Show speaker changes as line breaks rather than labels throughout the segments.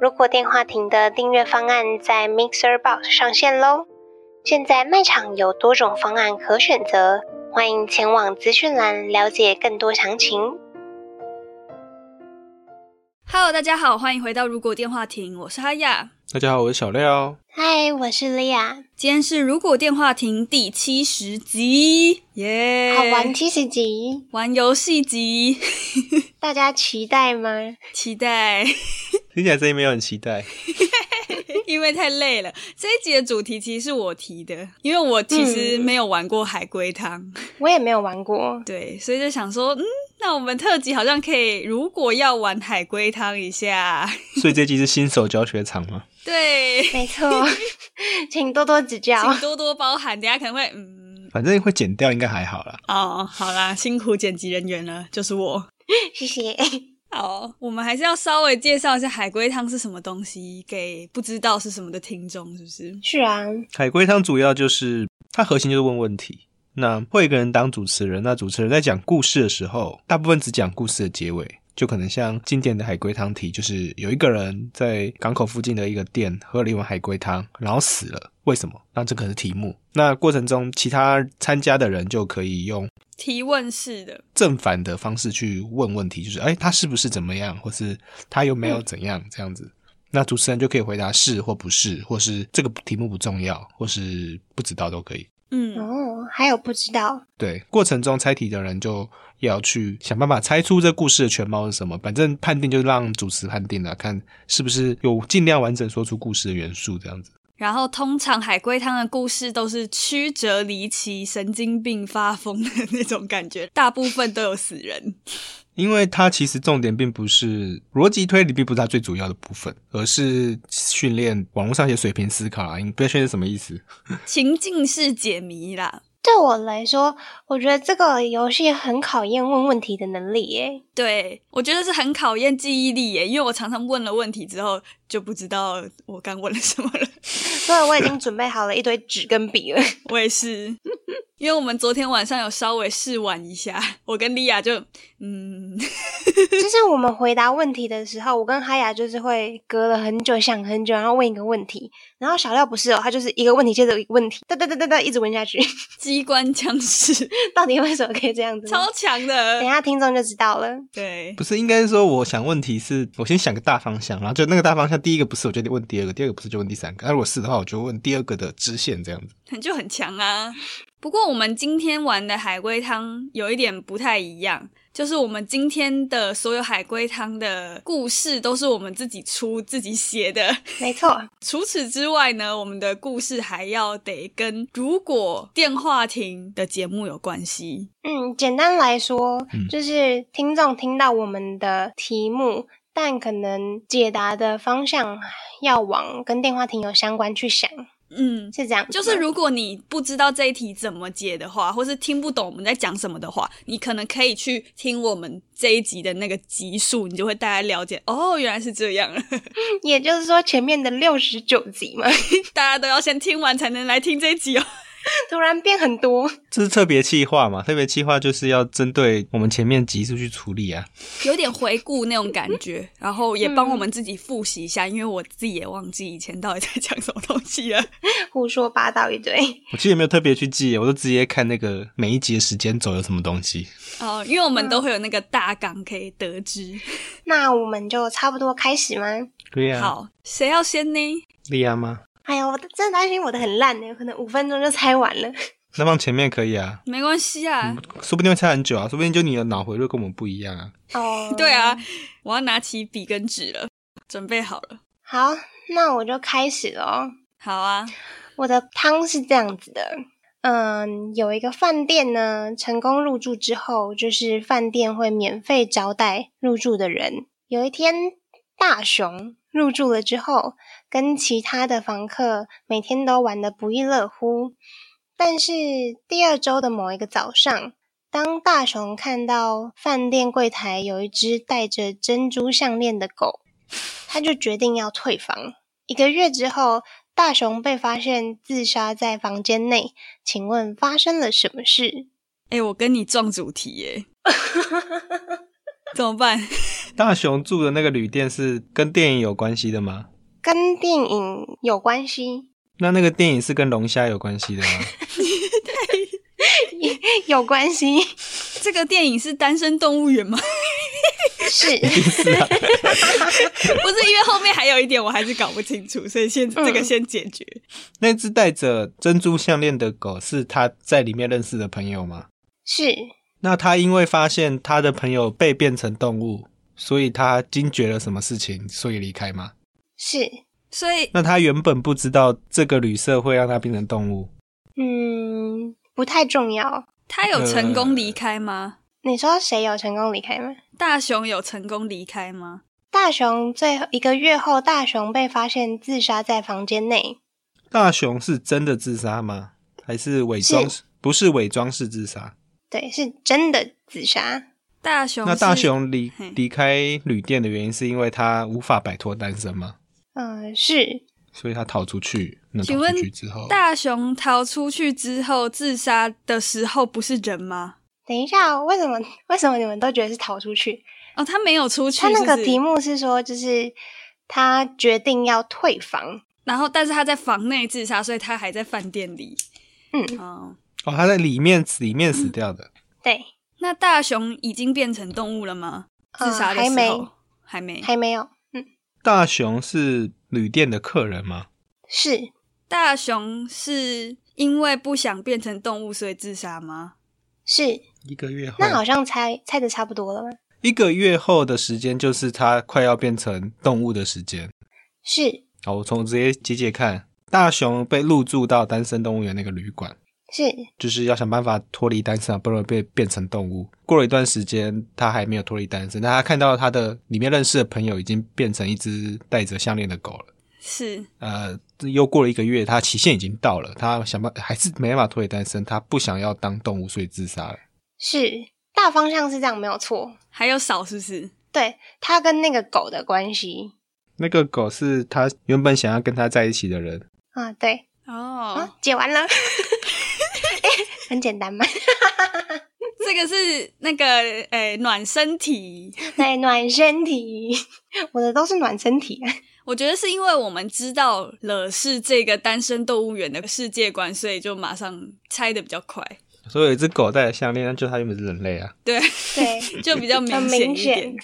如果电话亭的订阅方案在 Mixer Box 上线喽。现在卖场有多种方案可选择，欢迎前往资讯栏了解更多详情。
Hello，大家好，欢迎回到《如果电话亭》，我是哈雅。
大家好，我是小廖。
嗨，我是莉亚，
今天是《如果电话亭》第七十集，耶、
好玩七十集，
玩游戏集，
大家期待吗？
期待，
听起来声音没有很期待，
因为太累了。这一集的主题其实是我提的，因为我其实
嗯
没有玩过海龟汤，
我也没有玩过，
对，所以就想说，嗯，那我们特辑好像可以，如果要玩海龟汤一下，
所以这集是新手教学场吗？
对，
没错， 请多多指教。
请多多包涵，等一下可能会，嗯，
反正会剪掉，应该还好啦。
哦，好啦，辛苦剪辑人员了，就是我。
谢谢。
好，我们还是要稍微介绍一下海龟汤是什么东西，给不知道是什么的听众，是不是？
是啊，
海龟汤主要就是它核心就是问问题。那会有一个人当主持人，那主持人在讲故事的时候，大部分只讲故事的结尾，就可能像经典的海龟汤题，就是有一个人在港口附近的一个店喝了一碗海龟汤，然后死了，为什么？那这个是题目。那过程中，其他参加的人就可以用
提问式的，
正反的方式去问问题，就是哎，他是不是怎么样，或是他有没有怎样、这样子。那主持人就可以回答是或不是，或是这个题目不重要，或是不知道都可以。
嗯，
哦，还有不知道，
对，过程中猜题的人就要去想办法猜出这故事的全貌是什么。反正判定就让主持判定了，看是不是有尽量完整说出故事的元素这样子。
然后通常海龟汤的故事都是曲折离奇、神经病发疯的那种感觉，大部分都有死人。
因为它其实重点并不是逻辑推理，并不是它最主要的部分，而是训练网络上一些水平思考啊。你不要训练什么意思？
情境式解谜啦，
对我来说，我觉得这个游戏很考验问问题的能力耶。
对我觉得是很考验记忆力耶，因为我常常问了问题之后就不知道我刚问了什么了。
所以我已经准备好了一堆纸跟笔了。
我也是， 因为我们昨天晚上有稍微试玩一下，我跟莉亚就嗯，
就是我们回答问题的时候，我跟哈雅就是会隔了很久想很久，然后问一个问题。然后小廖不是哦，他就是一个问题接着一个问题，哒哒哒哒哒一直问下去。
机关枪式
到底为什么可以这样子呢？
超强
等一
的，
下听众就知道了。
对
不是，应该是说我想问题是，我先想个大方向，然后就那个大方向，第一个不是，我就问第二个，第二个不是就问第三个。那啊如果是的话，我就问第二个的支线这样子。
很就很强啊。不过我们今天玩的海龟汤有一点不太一样，就是我们今天的所有海龟汤的故事都是我们自己出自己写的。
没错，
除此之外呢，我们的故事还要得跟如果电话亭的节目有关系。
嗯，简单来说，
嗯
就是听众听到我们的题目，但可能解答的方向要往跟电话亭有相关去想，
嗯，
是这样子
就
吗。
是如果你不知道这一题怎么解的话，或是听不懂我们在讲什么的话，你可能可以去听我们这一集的那个集数，你就会大概了解哦，原来是这样。
也就是说前面的六十九集嘛，
大家都要先听完才能来听这一集哦。
突然变很多。
这是特别企划嘛？特别企划就是要针对我们前面集数去处理啊。
有点回顾那种感觉，然后也帮我们自己复习一下，因为我自己也忘记以前到底在讲什么东西了。
胡说八道一堆。
我其实也没有特别去记，我都直接看那个每一集的时间轴有什么东西。
哦，因为我们都会有那个大纲可以得知。
那我们就差不多开始吗？
对呀、
好，谁要先呢？
莉亚吗？
哎呀，我的真的担心我的很烂呢，可能五分钟就猜完 了。
那放前面可以啊，
没关系啊，
说不定会猜很久啊，说不定就你的脑回路跟我们不一样啊。
哦
对，啊，我要拿起笔跟纸了，准备好了。
好，那我就开始了哦。
好啊，
我的汤是这样子的，嗯，有一个饭店呢，成功入住之后，就是饭店会免费招待入住的人。有一天，大雄入住了之后，跟其他的房客每天都玩得不亦乐乎。但是第二周的某一个早上，当大雄看到饭店柜台有一只戴着珍珠项链的狗，他就决定要退房。一个月之后，大雄被发现自杀在房间内。请问发生了什么事？
哎、我跟你撞主题 耶、怎么办？
大雄住的那个旅店是跟电影有关系的吗？
跟电影有关系，
那那个电影是跟龙虾有关系的吗？
有关系，
这个电影是《单身动物园》 吗？
是
一定是啊。
不是，因为后面还有一点我还是搞不清楚，所以先这个先解决。
那只戴着珍珠项链的狗是他在里面认识的朋友吗？
是
那他因为发现他的朋友被变成动物，所以他惊觉了什么事情，所以离开吗？
是，
所以
那他原本不知道这个旅社会让他变成动物，
嗯，不太重要。
他有成功离开吗？
你说谁有成功离开吗？
嗯大雄有成功离开吗？
大雄最后一个月后，大雄被发现自杀在房间内，
大雄是真的自杀吗？还是伪装？不是伪装式自杀。
对，是真的自杀。
大雄
那大
是
雄离
嘿
离开旅店的原因是因为他无法摆脱单身吗？
嗯、是
所以他逃出去，那逃
请问
出去之后，
大雄逃出去之后自杀的时候不是人吗？
等一下哦，为什么为什么你们都觉得是逃出去？
哦，他没有出去，
他那
是不
个
是
题目是说，就是他决定要退房。
然后但是他在房内自杀，所以他还在饭店里。
嗯，
哦，
哦，他在里面死里面死掉的。
对，
那大雄已经变成动物了吗？
呃
自杀的时候、
还没
还没
还没有。嗯，
大雄是旅店的客人吗？
是
大雄是因为不想变成动物所以自杀吗？
是，
一个月后，
嗯
那好像猜猜的差不多了吗？
一个月后的时间就是他快要变成动物的时间。
是
好，我从直接解解看，大雄被入住到单身动物园那个旅馆，
是
就是要想办法脱离单身啊，不能被变成动物。过了一段时间，他还没有脱离单身，但他看到他的里面认识的朋友已经变成一只戴着项链的狗了。
是
呃，又过了一个月，他期限已经到了，他想办还是没办法脱离单身，他不想要当动物，所以自杀了。
是，大方向是这样，没有错。
还有少是不是？
对他跟那个狗的关系
那个狗是他原本想要跟他在一起的人，
啊，对
哦
啊，，解完 了，很简单嘛。
这个是那个诶、暖身体，
对，暖身体， 我的都是暖身体 啊。
我觉得是因为我们知道了是这个单身动物园的世界观，所以就马上猜的比较快，
所以有一只狗戴了项链，那就他原本是人类啊。
对，
对，
就比较
很
明显一
明
点
显。。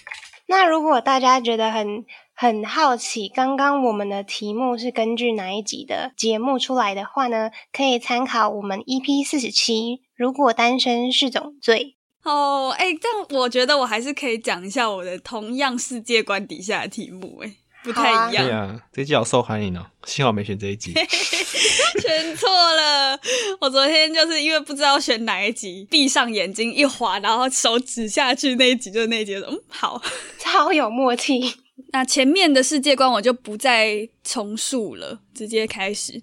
那如果大家觉得很很好奇，刚刚我们的题目是根据哪一集的节目出来的话呢？可以参考我们 EP 四十七《如果单身是种罪
哦，哎、但我觉得我还是可以讲一下我的同样世界观底下的题目、哎，不太一样
对，啊，这集好受欢迎哦，幸好没选这一集。
选错了。我昨天就是因为不知道选哪一集，闭上眼睛一滑，然后手指下去那一集就是那一集，嗯，好。》，
超有默契。
那前面的世界观我就不再重述了，直接开始。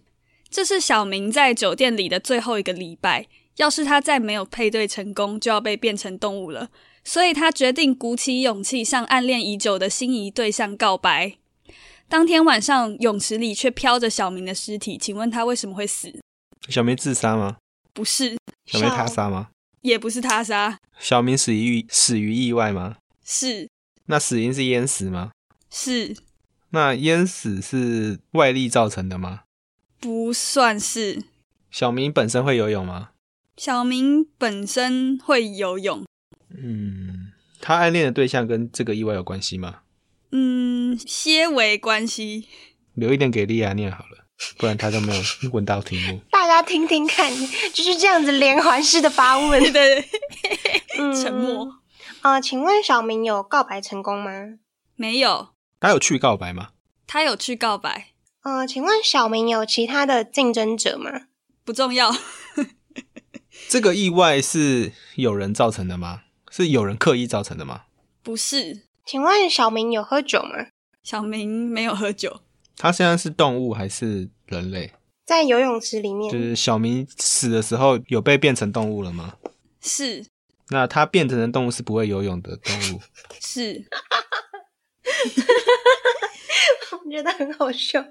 这是小明在酒店里的最后一个礼拜，要是他再没有配对成功，就要被变成动物了。所以他决定鼓起勇气向暗恋已久的心仪对象告白。当天晚上，泳池里却飘着小明的尸体，请问他为什么会死？
小明自杀吗？
不是，
小明他杀吗？
也不是他杀，
小明死于死于意外吗？
是
那死因是淹死吗？
是
那淹死是外力造成的吗？
不算是？
小明本身会游泳吗？
小明本身会游泳，
嗯，他暗恋的对象跟这个意外有关系吗？
嗯，些微关系。
留一点给莉亚念好了，不然他都没有问到题目。
大家听听看，就是这样子连环式的发问。
对，
嗯
沉默。
呃，请问小明有告白成功吗？
没有，
他有去告白吗？
他有去告白，
呃，请问小明有其他的竞争者吗？
不重要，
这个意外是有人造成的吗？是有人刻意造成的吗？
不是
请问小明有喝酒吗？
小明没有喝酒，
他现在是动物还是人类？
在游泳池里面，
就是小明死的时候有被变成动物了吗？
是
那他变成的动物是不会游泳的动物，
是，
我觉得很好笑。嗯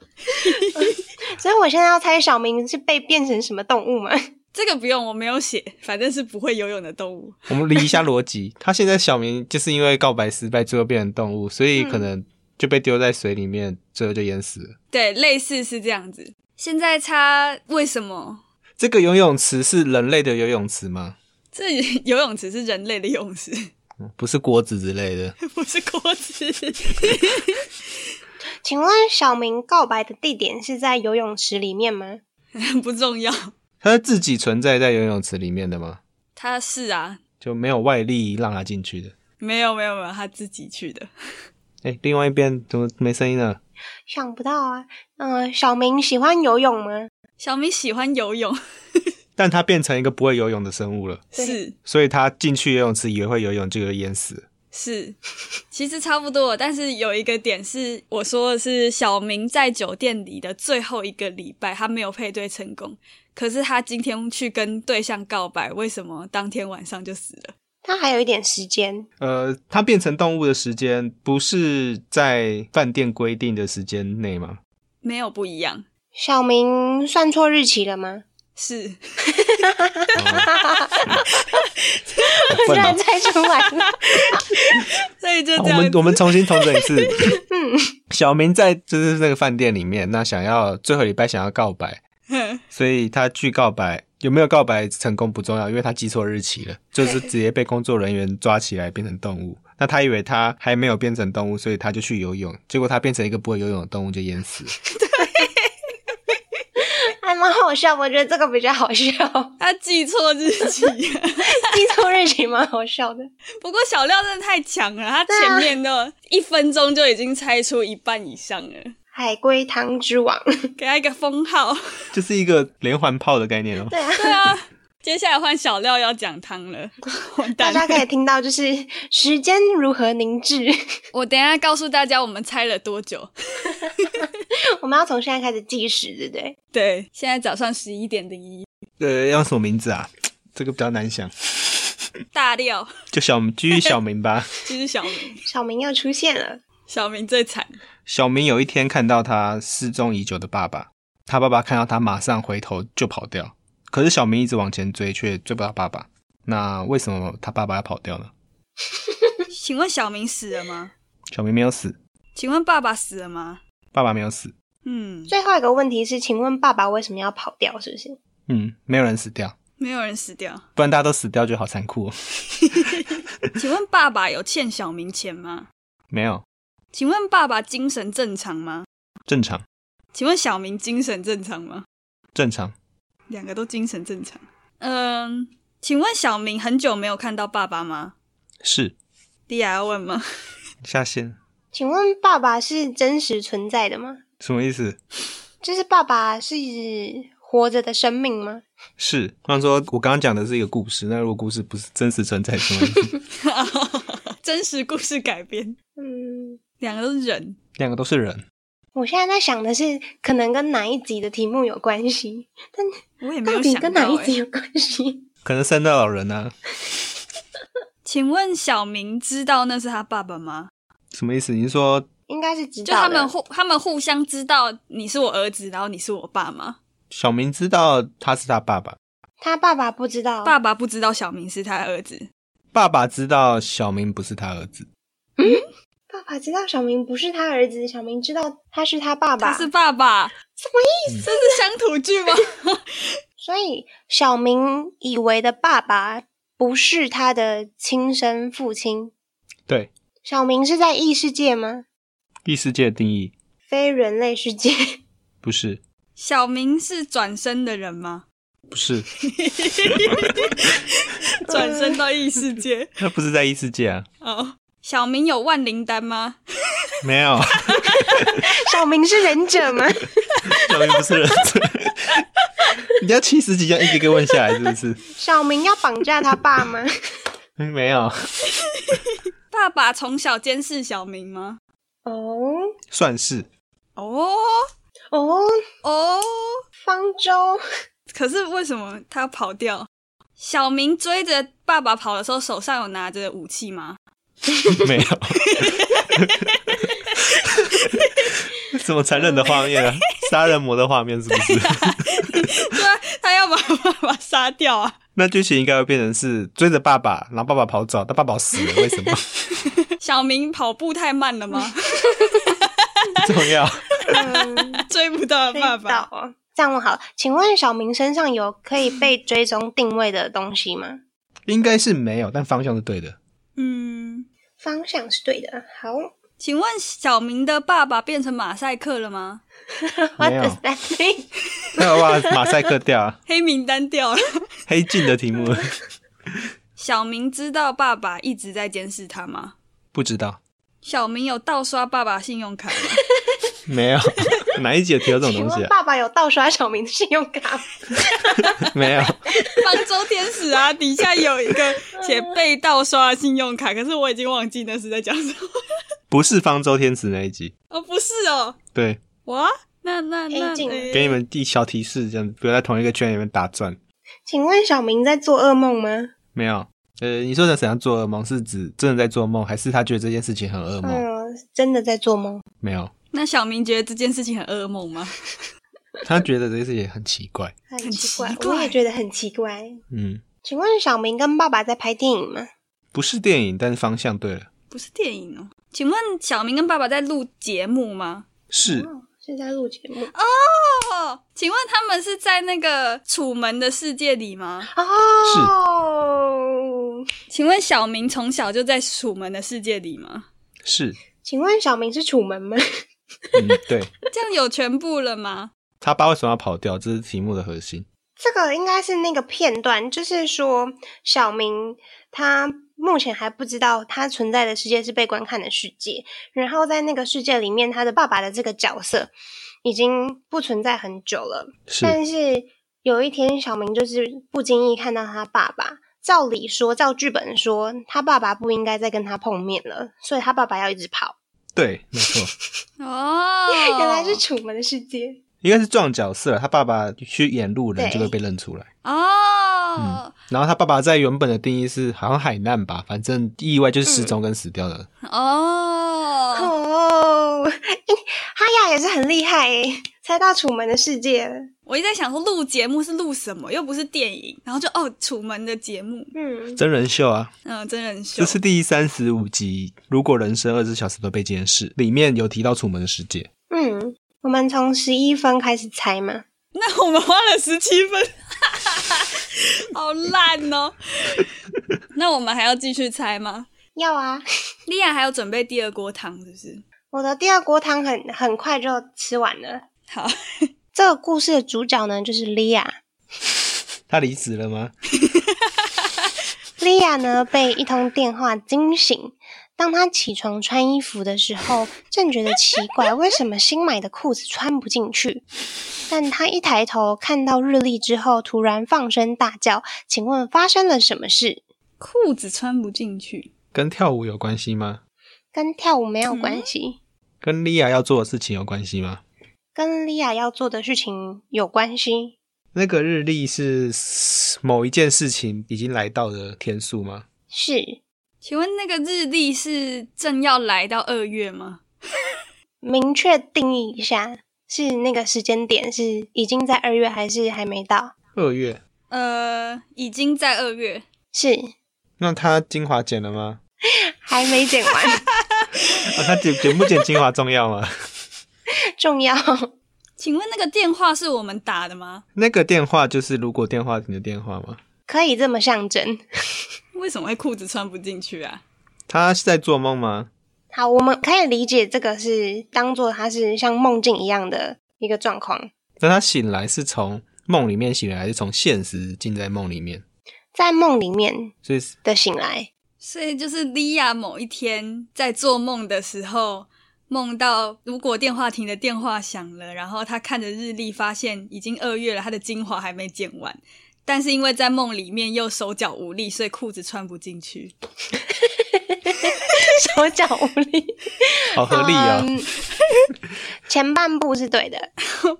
所以我现在要猜小明是被变成什么动物吗？
这个不用，我没有写，反正是不会游泳的动物。
我们理一下逻辑，他现在小明就是因为告白失败，最后变成动物，所以可能就被丢在水里面，最后就淹死了。
对，类似是这样子。现在差为什么？
这个游泳池是人类的游泳池吗？
这游泳池是人类的泳池，
嗯不是锅子之类的。
不是锅子。
请问小明告白的地点是在游泳池里面吗？
不重要。
它是自己存在在游泳池里面的吗？
他是啊，
就没有外力让它进去的。
没有没有没有，他自己去的。
哎、另外一边怎么没声音了？
想不到啊。嗯、小明喜欢游泳吗？
小明喜欢游泳，
但它变成一个不会游泳的生物了，
对
是
所以它进去游泳池以为会游泳，就会淹死了。
是，其实差不多。但是有一个点是，我说的是小明在酒店里的最后一个礼拜，他没有配对成功。可是他今天去跟对象告白，为什么当天晚上就死了？
他还有一点时间，
呃，它变成动物的时间不是在饭店规定的时间内吗？
没有不一样，
小明算错日期了吗？
是
居
哦笨哦
然猜出来了，
所以就
好
这
我
样
们
子
我们重新重整一次。小明在就是那个饭店里面，那想要最后礼拜想要告白，
哼
所以他去告白，有没有告白成功不重要，因为他记错日期了，就是直接被工作人员抓起来变成动物。那他以为他还没有变成动物，所以他就去游泳，结果他变成一个不会游泳的动物就淹死了。
还蛮好笑。我觉得这个比较好笑，
他记错日期。
记错日期蛮好笑的。
不过小廖真的太强了，他
对啊
前面都一分钟就已经猜出一半以上了，
海龟汤之王，
给他一个封号。
就是一个连环炮的概念哦。
对啊，
对啊，接下来换小廖要讲汤 了，完
大
蛋
家
了！
可以听到就是时间如何凝滞。
我等一下告诉大家我们猜了多久。
我们要从现在开始计时，对不对？
对，现在早上十一点零一，
呃，要什么名字啊？这个比较难想，
大廖
就小继续小明吧。
就是小明，
小明又出现了，
小明最惨，
小明有一天看到他失踪已久的爸爸，他爸爸看到他马上回头就跑掉，可是小明一直往前追，却追不到爸爸。那为什么他爸爸要跑掉呢？
请问小明死了吗？
小明没有死，
请问爸爸死了吗？
爸爸没有死，
嗯，
最后一个问题是，请问爸爸为什么要跑掉？是不是？
嗯，没有人死掉，
没有人死掉。
不然大家都死掉就好残酷、哦。
请问爸爸有欠小明钱吗？
没有，
请问爸爸精神正常吗？
正常，
请问小明精神正常吗？
正常，
两个都精神正常。嗯，请问小明很久没有看到爸爸吗？
是
莉亚要问吗？
下线，
请问爸爸是真实存在的吗？
什么意思？
就是爸爸是活着的生命吗？
是，我想说，我刚刚讲的是一个故事，那如果故事不是真实存在，什么意思？
真实故事改编，
嗯，
两个都是人。
两个都是人，
我现在在想的是，可能跟哪一集的题目有关系，
我也没
到
有
底
想
跟
到、
哪一集
欸。
有关系？
可能圣诞老人啊，
请问小明知道那是他爸爸吗？
什么意思？你是说
应该是知
就
道
他
的
们互他们互相知道你是我儿子，然后你是我爸吗？
小明知道他是他爸爸，
他爸爸不知道，
爸爸不知道小明是他儿子，
爸爸知道小明不是他儿子，
爸爸知道小明不是他儿子，小明知道他是他爸爸，
他是爸爸，
什么意思？
这是乡土剧吗？
所以小明以为的爸爸不是他的亲生父亲。
对
小明是在异世界吗？
异世界的定义
非人类世界？
不是
小明是转生的 人吗？
不是，
转生到异世界
那不是在异世界啊，
哦。小明有万灵丹吗？
没有，
小明是忍者 吗？
小明不是人，你要七十几样一个个问下来是不是？
小明要绑架他爸吗？
嗯没有，
爸爸从小监视小明吗？
哦
算是
哦
哦，
哦，
方舟
可是为什么他跑掉？小明追着爸爸跑的时候，手上有拿着武器吗？
没有。什么残忍的画面啊！杀人魔的画面是不是？
对啊，他要把爸爸杀掉啊！
那剧情应该会变成是追着爸爸，然后爸爸跑走，但爸爸死了，为什么？
小明跑步太慢了 吗？
重要？
嗯，
追不到
追
爸
到
爸。
啊。这样问好了，请问小明身上有可以被追踪定位的东西吗？
应该是没有，但方向是对的。
嗯，
方向是对的。好
请问小明的爸爸变成马赛克了吗？
，What
没有
does that mean？
那我把马赛克掉啊，
黑名单掉 了。
黑镜的题目
小明知道爸爸一直在监视他吗？
不知道，
小明有盗刷爸爸信用卡吗？
没有哪一集有提到这种
请
东西
问
啊？
爸爸有盗刷小明的信用卡吗？
没有，
方舟天使啊，底下有一个写被盗刷信用卡，可是我已经忘记那是在讲什么。
不是方舟天使那一集。
哦，不是哦，
对，
哇，那那那呃
黑镜
诶
给你们一小提示，这样子不要在同一个圈里面打转。
请问小明在做噩梦吗？
没有，呃，你说的怎样做噩梦，是指真的在做梦，还是他觉得这件事情很噩梦？
嗯，真的在做梦。
没有，
那小明觉得这件事情很噩梦吗？
他觉得这件事情很奇怪。
很
很
奇怪，
奇怪
我也觉得很奇怪。
嗯，
请问小明跟爸爸在拍电影吗？
不是电影，但是方向对了，
不是电影哦。请问小明跟爸爸在录节目吗？
是
哦，是在录节目
哦，请问他们是在那个《楚门的世界》里吗？
哦。是。
请问小明从小就在《楚门的世界》里吗？
是，
请问小明是楚门吗？
嗯，对。
这样有全部了吗？
他爸为什么要跑掉？这是题目的核心。
这个应该是那个片段，就是说小明他目前还不知道他存在的世界是被观看的世界，然后在那个世界里面，他的爸爸的这个角色已经不存在很久了。
是
但是有一天，小明就是不经意看到他爸爸。照理说，照剧本说，他爸爸不应该再跟他碰面了，所以他爸爸要一直跑。，
对，没错，
哦
原来是楚门的世界，
应该是撞角色了。他爸爸去演路人
对
就会被认出来。
哦、
然后他爸爸在原本的定义是好像海难吧，反正意外就是失踪跟死掉了。
嗯
哦，
哦，诶哈雅也是很厉害诶，猜到楚门的世界了。
我一直在想说录节目是录什么，又不是电影，然后就哦，《楚门的节目》
嗯，
真人秀啊，
嗯、真人秀
这是第三十五集。如果人生二十小时都被监视，里面有提到楚门的世界。
嗯，我们从十一分开始猜嘛。
那我们花了十七分， 好烂哦。那我们还要继续猜吗？
要啊，
莉亚还有准备第二锅汤，是不是？
我的第二锅汤很很快就吃完了。
好，
这个故事的主角呢，就是莉亚。
他离职了吗？
莉亚呢，被一通电话惊醒。当她起床穿衣服的时候，正觉得奇怪，为什么新买的裤子穿不进去？但她一抬头看到日历之后，突然放声大叫：“请问发生了什么事？”
裤子穿不进去，
跟跳舞有关系吗？
跟跳舞没有关系，
跟莉亚要做的事情有关系吗？
跟莉亚要做的事情有关系。
那个日历是某一件事情已经来到的天数吗？
是
请问那个日历是正要来到二月吗？
明确定义一下，是那个时间点是已经在二月还是还没到？
二月。
呃，已经在二月，
是
那他精华剪了吗？
还没剪完，
啊、他剪剪不剪精华重要吗？
重要。
请问那个电话是我们打的吗？
那个电话就是如果电话亭的电话吗？
可以这么象征。
为什么会裤子穿不进去啊？
他是在做梦吗？
好，我们可以理解这个是当做它是像梦境一样的一个状况。
那他醒来是从梦里面醒来，还是从现实进在梦里面？
在梦里面
所以是
的醒来，
所以就是莉亚某一天在做梦的时候，梦到如果电话亭的电话响了，然后她看着日历，发现已经二月了，她的精华还没剪完。 但是因为在梦里面又手脚无力，所以裤子穿不进去。
手脚无力。
好合理啊、
嗯 前半部是对的，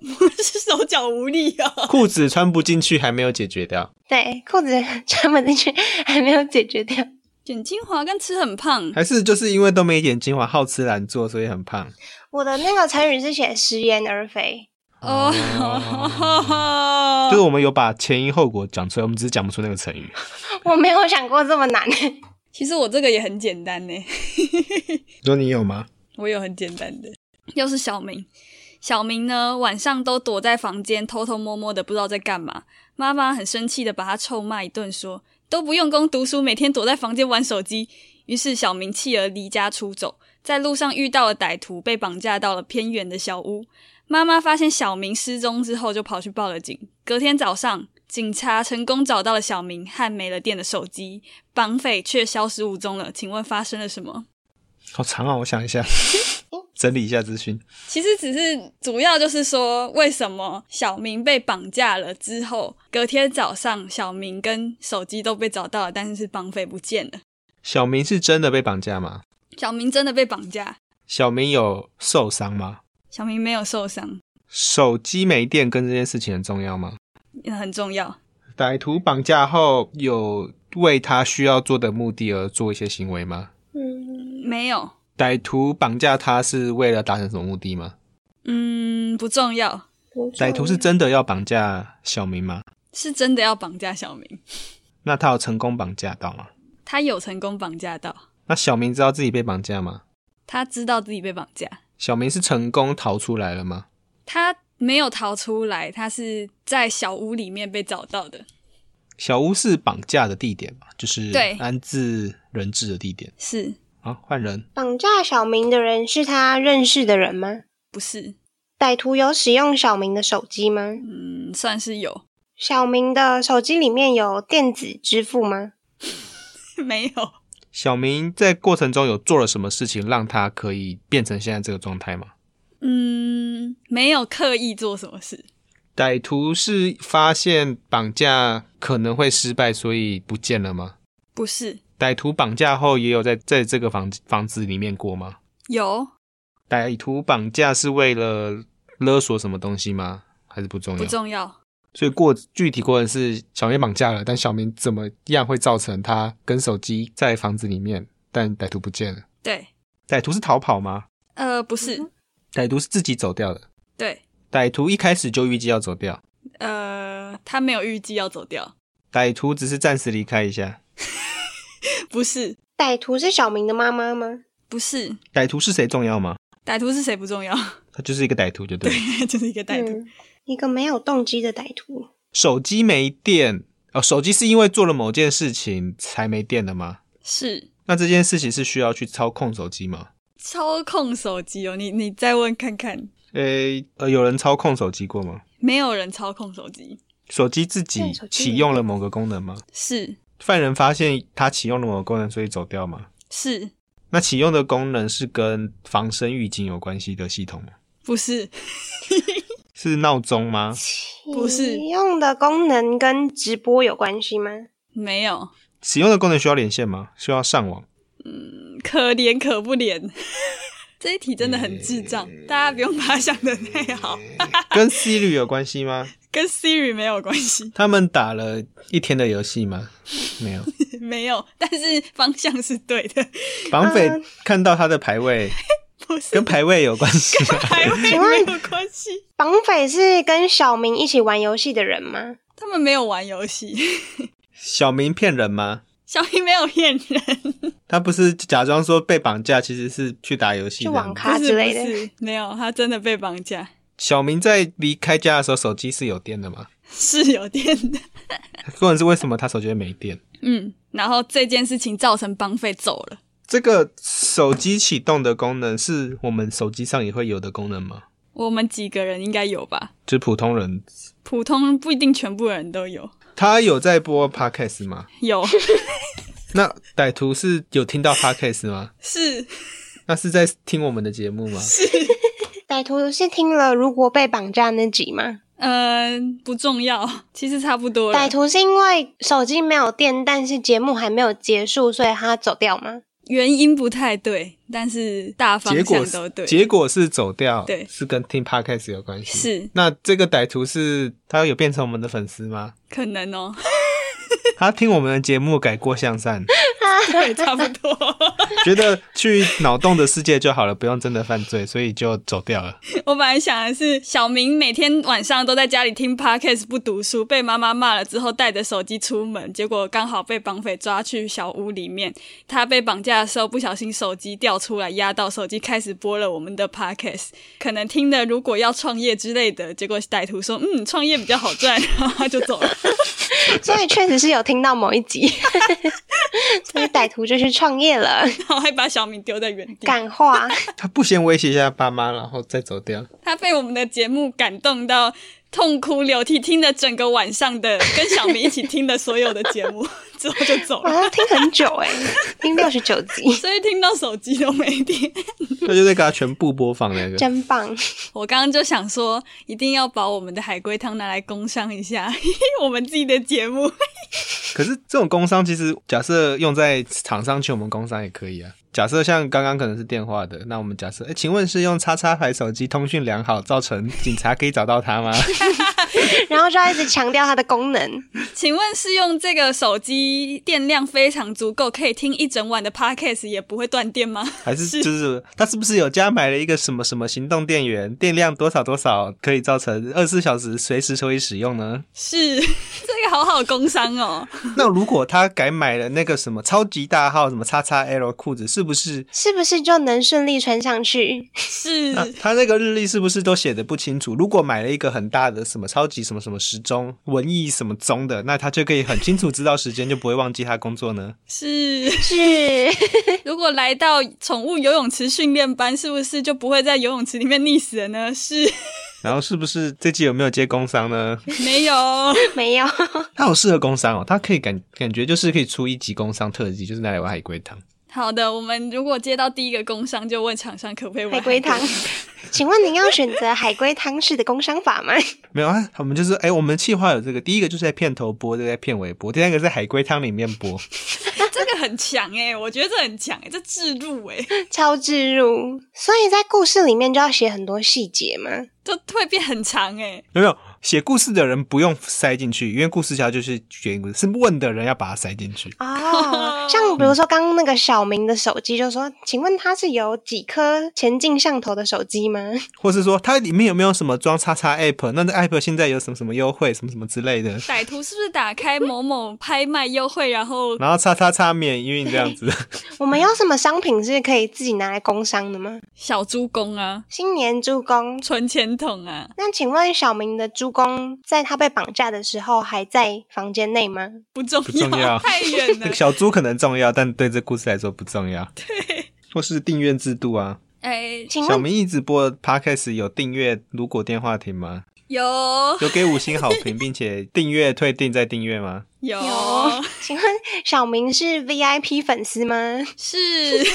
不是手脚无力 哦。
裤子穿不进去还没有解决掉，
对，裤子穿不进去还没有解决掉。
卷精华跟吃很胖，
还是就是因为都没点精华，好吃懒做，所以很胖。
我的那个成语是写食言而肥，
哦，
就是我们有把前因后果讲出来，我们只是讲不出那个成语。
我没有想过这么难。
其实我这个也很简单呢，
你说你有吗？
我有很简单的，又是小明。小明呢，晚上都躲在房间偷偷摸摸的，不知道在干嘛。妈妈很生气的把他臭骂一顿，说都不用功读书，每天躲在房间玩手机。于是小明气而离家出走，在路上遇到了歹徒，被绑架到了偏远的小屋。妈妈发现小明失踪之后，就跑去报了警。隔天早上，警察成功找到了小明和没了电的手机，绑匪却消失无踪了。请问发生了什么？
好长啊，我想一下，整理一下资讯。
其实只是主要就是说，为什么小明被绑架了之后，隔天早上小明跟手机都被找到了，但是是绑匪不见了。
小明是真的被绑架吗？
小明真的被绑架，
小明有受伤吗？
小明没有受伤，
手机没电跟这件事情很重要吗？
也很重要。
歹徒绑架后有为他需要做的目的而做一些行为吗？
嗯，
没有，
歹徒绑架他是为了达成什么目的吗？
嗯，不重要，
歹徒是真的要绑架小明吗？
是真的要绑架小明，
那他有成功绑架到吗？
他有成功绑架到，
那小明知道自己被绑架吗？
他知道自己被绑架，
小明是成功逃出来了吗？
他没有逃出来，他是在小屋里面被找到的。
小屋是绑架的地点嘛，就是
对
安置人质的地点。
是
好，换人，
绑架小明的人是他认识的人吗？
不是？
歹徒有使用小明的手机吗？
嗯，算是有，
小明的手机里面有电子支付吗？
没有，
小明在过程中有做了什么事情让他可以变成现在这个状态吗？
嗯，没有刻意做什么事，
歹徒是发现绑架可能会失败，所以不见了吗？
不是
歹徒绑架后也有在在这个房房子里面过吗？
有
歹徒绑架是为了勒索什么东西吗？还是不重要？
不重要，
所以过具体过的是小明绑架了，但小明怎么样会造成他跟手机在房子里面，但歹徒不见了？
对，
歹徒是逃跑吗？
呃，不是，
歹徒是自己走掉的。
对，
歹徒一开始就预计要走掉，
呃，他没有预计要走掉，
歹徒只是暂时离开一下。
不是，
歹徒是小明的妈妈吗？
不是，
歹徒是谁重要吗？
歹徒是谁不重要，
他就是一个歹徒，就对了。
对，就是一个歹徒，
嗯，一个没有动机的歹徒。
手机没电哦，手机是因为做了某件事情才没电的吗？
是
那这件事情是需要去操控手机吗？
操控手机哦，你你再问看看，
诶、呃，有人操控手机过吗？
没有人操控手机，
手机自己
对手机
启用了某个功能吗？
是
犯人发现他启用了某个功能，所以走掉吗？
是，
那启用的功能是跟防身预警有关系的系统吗？
不是
是闹钟吗？
不是
你用的功能跟直播有关系吗？
没有，
使用的功能需要连线吗？需要 上网？
可怜可不怜。 这一题真的很智障，
嗯
大家不用把它想的太好。
跟 Siri 有关系吗？
跟 Siri 没有关系，
他们打了一天的游戏吗？没有。
没有，但是方向是对的，
绑匪看到他的排 位，
不是
跟排位有关系吗？
排位
请问
没有关系。
绑匪是跟小明一起玩游戏的人吗？
他们没有玩游戏，
小明骗人吗？
小明没有骗人，
他不是假装说被绑架，其实是去打游戏
去
的
网
吗。
咖
不
啊之
是
类的
不是没有，他真的被绑架，
小明在离开家的时候，手机是有电的吗？是
是有电的。
或者是为什么他手机会没电？
嗯，然后这件事情造成绑匪走了，
这个手机启动的功能是我们手机上也会有的功能吗？
我们几个人应该有吧？
就是普通人，
普通不一定全部人都有，
他有在播 podcast 吗？
有
那歹徒是有听到 podcast 吗？
是
那是在听我们的节目吗？
歹徒是听了如果被绑架那集吗？
嗯、不重要，其实差不多了
歹。徒是因为手机没有电，但是节目还没有结束，所以他走掉吗？
原因不太对，但是大方
结果
向
是
都对。
结果是走掉，
对
是跟听 podcast 有关系。
是
那这个歹徒是他有变成我们的粉丝吗？
可能哦，
他听我们的节目改过向善，
对，差不多。
觉得去脑洞的世界就好了，不用真的犯罪，所以就走掉了。
我本来想的是，小明每天晚上都在家里听 podcast 不读书，被妈妈骂了之后带着手机出门，结果刚好被绑匪抓去小屋里面。他被绑架的时候不小心手机掉出来压到，手机开始播了我们的 podcast，可能听了如果要创业之类的，结果歹徒说嗯创业比较好赚， 然后他就走了。
所以确实是有听到某一集， 所以歹徒就去创业了，
然后还把小明丢在原地。
感化。
他不先威胁一下爸妈，然后再走掉。
他被我们的节目感动到痛哭流涕，听了整个晚上的跟小明一起听的所有的节目 之后就走
我
了，
要听很久哎、 听六十九集，
所以听到手机都没电。
那就再给他全部播放那个。
真棒！
我刚刚就想说，一定要把我们的海龟汤拿来工商一下， 我们自己的节目。
可是这种工商其实假设用在厂商去我们工商也可以啊。假设像刚刚可能是电话的，那我们假设，哎、请问是用叉叉牌手机通讯良好，造成警察可以找到他吗？
然后就要一直强调它的功能，
请问是用这个手机电量非常足够，可以听一整晚的 podcast 也不会断电吗？
还是就是他是不是有家买了一个什么什么行动电源，电量多少多少可以造成二十四小时随时可以使用呢？
是这个好好工商哦。
那如果他改买了那个什么超级大号什么叉叉 L 裤子，是不是
是不是就能顺利穿上去？
是
那他那个日历是不是都写的不清楚？如果买了一个很大的什么超级什么什么时钟、文艺什么钟的，那他就可以很清楚知道时间，就不会忘记他工作呢。
是。
是，
如果来到宠物游泳池训练班，是不是就不会在游泳池里面溺死了呢？是
然后是不是这季有没有接工商呢？
没有，
没有，
他好适合工商哦，他可以感感觉就是可以出一集工商特辑，就是拿来玩海龟汤。
好的，我们如果接到第一个工商，就问厂商可不可以玩
海龟汤。请问您要选择海龟汤式的工商法吗？
没有啊，我们就是哎、我们计划有这个，第一个就是在片头播，这个在片尾播，第二个在海龟汤里面播。
这个很强哎、我觉得这很强哎、这置入哎、
超置入，所以在故事里面就要写很多细节嘛。
就会变很长哎、
有没有写故事的人不用塞进去，因为故事家就是选故事，是问的人要把它塞进去。
哦，像比如说刚刚那个小明的手机，就说，请问他是有几颗前进上头的手机吗？
或是说它里面有没有什么装叉叉 app？那这 app 现在有什么什么优惠，什么什么之类的？
歹徒是不是打开某某拍卖优惠，然后
然后叉叉叉免运这样子，
我们有什么商品是可以自己拿来工商的吗？
小猪公啊、
新年助攻。
存钱筒啊，
那请问小明的助攻在他被绑架的时候还在房间内吗？
不重
不重要
太远了
那个。小猪可能重要，但对这故事来说不重要。对，或是订阅制度啊，
哎、
请
小
问
明一直播 podcast 有订阅如果电话亭吗？
有
有给五星好评，并且订阅退订再订阅吗？
有
有请问小明是 VIP 粉丝吗？
是，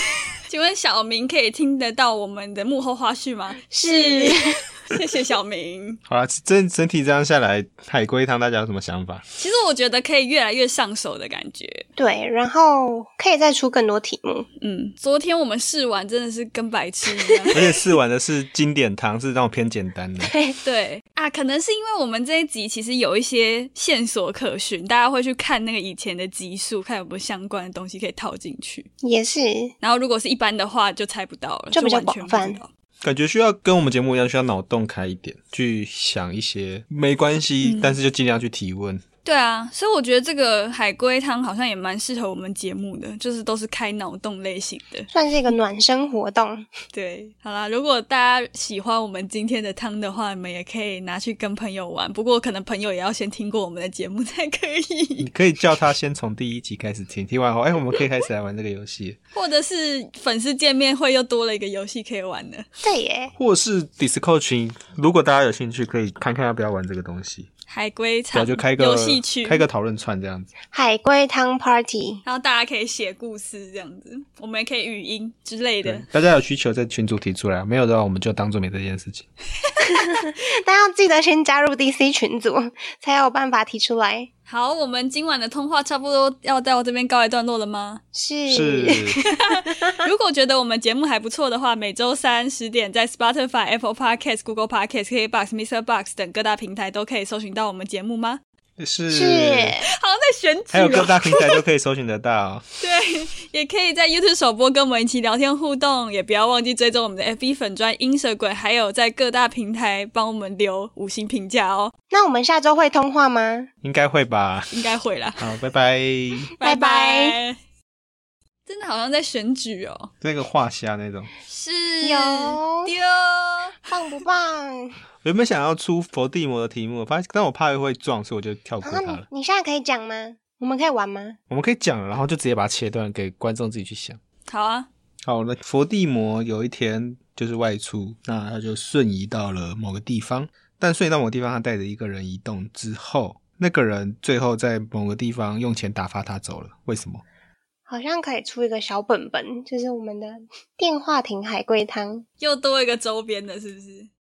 请问小明可以听得到我们的幕后花絮吗？
是，
谢谢小明。
好啦，整整体这样下来，海龟汤大家有什么想法？
其实我觉得可以越来越上手的感觉。
对，然后可以再出更多题 目。
嗯，昨天我们试完真的是跟白痴一样。
而且试玩的是经典汤，是那种偏简单的。
对啊，可能是因为我们这一集其实有一些线索可循，大家会去看那个以前的集数，看有没有相关的东西可以套进去。
也是，
然后如果是一般的话，就猜不到了，
就
就
比较
完全
广
不
泛
知道。
感觉需要跟我们节目一样，需要脑洞开一点，去想一些没关系，
嗯
但是就尽量去提问。
对啊，所以我觉得这个海龟汤好像也蛮适合我们节目的，就是都是开脑洞类型的。
算是一个暖身活动。
对，好啦，如果大家喜欢我们今天的汤的话，你们也可以拿去跟朋友玩。不过可能朋友也要先听过我们的节目才可以，
你可以叫他先从第一集开始听，听完后，哎、我们可以开始来玩这个游戏，
或者是粉丝见面会又多了一个游戏可以玩的。
对耶，
或是 Discord 群，如果大家有兴趣，可以看看要不要玩这个东西。
海龟场
对就开个
游戏地区
开个讨论串这样子。
海龟汤 party，
然后大家可以写故事这样子，我们也可以语音之类
对
的。，
大家有需求在群组提出来，没有的话我们就当做没这件事情。
大家要记得先加入 DC 群组，才有办法提出来。
好，我们今晚的通话差不多要到这边告一段落了吗？
是
是，
如果觉得我们节目还不错的话，每周三十点在 Spotify、Apple Podcast、Google Podcast、KBox、Mr. Box 等各大平台都可以搜寻到我们节目吗？
是
是，
好像在选举、哦，
还有各大平台都可以搜寻得到。
对，也可以在 YouTube 首播跟我们一起聊天互动，也不要忘记追踪我们的 FB 粉专 Instagram，还有在各大平台帮我们留五星评价哦，
那我们下周会通话吗？
应该会吧。
应该会啦，
好，拜拜。
拜拜
拜。真的好像在选举哦，
那个画虾那种，
是
有
丢，
棒不棒？
原本想要出佛地魔的题目，发现但我怕会撞，所以我就跳过
啊，
它
你
了。
你现在可以讲吗？我们可以玩吗？
我们可以讲了，然后就直接把它切断，给观众自己去想。
好啊，
好了，佛地魔有一天就是外出，那他就瞬移到了某个地方，但瞬移到某个地方，他带着一个人移动之后，那个人最后在某个地方用钱打发他走了。为什么？
好像可以出一个小本本，就是我们的电话亭海龟汤。
又多一个周边的，是不是？